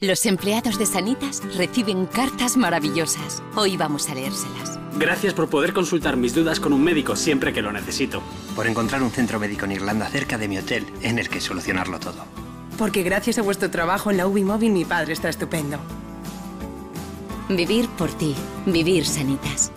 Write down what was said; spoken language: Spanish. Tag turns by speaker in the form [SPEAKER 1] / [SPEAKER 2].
[SPEAKER 1] Los empleados de Sanitas reciben cartas maravillosas. Hoy vamos a leérselas.
[SPEAKER 2] Gracias por poder consultar mis dudas con un médico siempre que lo necesito.
[SPEAKER 3] Por encontrar un centro médico en Irlanda cerca de mi hotel en el que solucionarlo todo.
[SPEAKER 4] Porque gracias a vuestro trabajo en la UBI Móvil mi padre está estupendo.
[SPEAKER 1] Vivir por ti. Vivir Sanitas.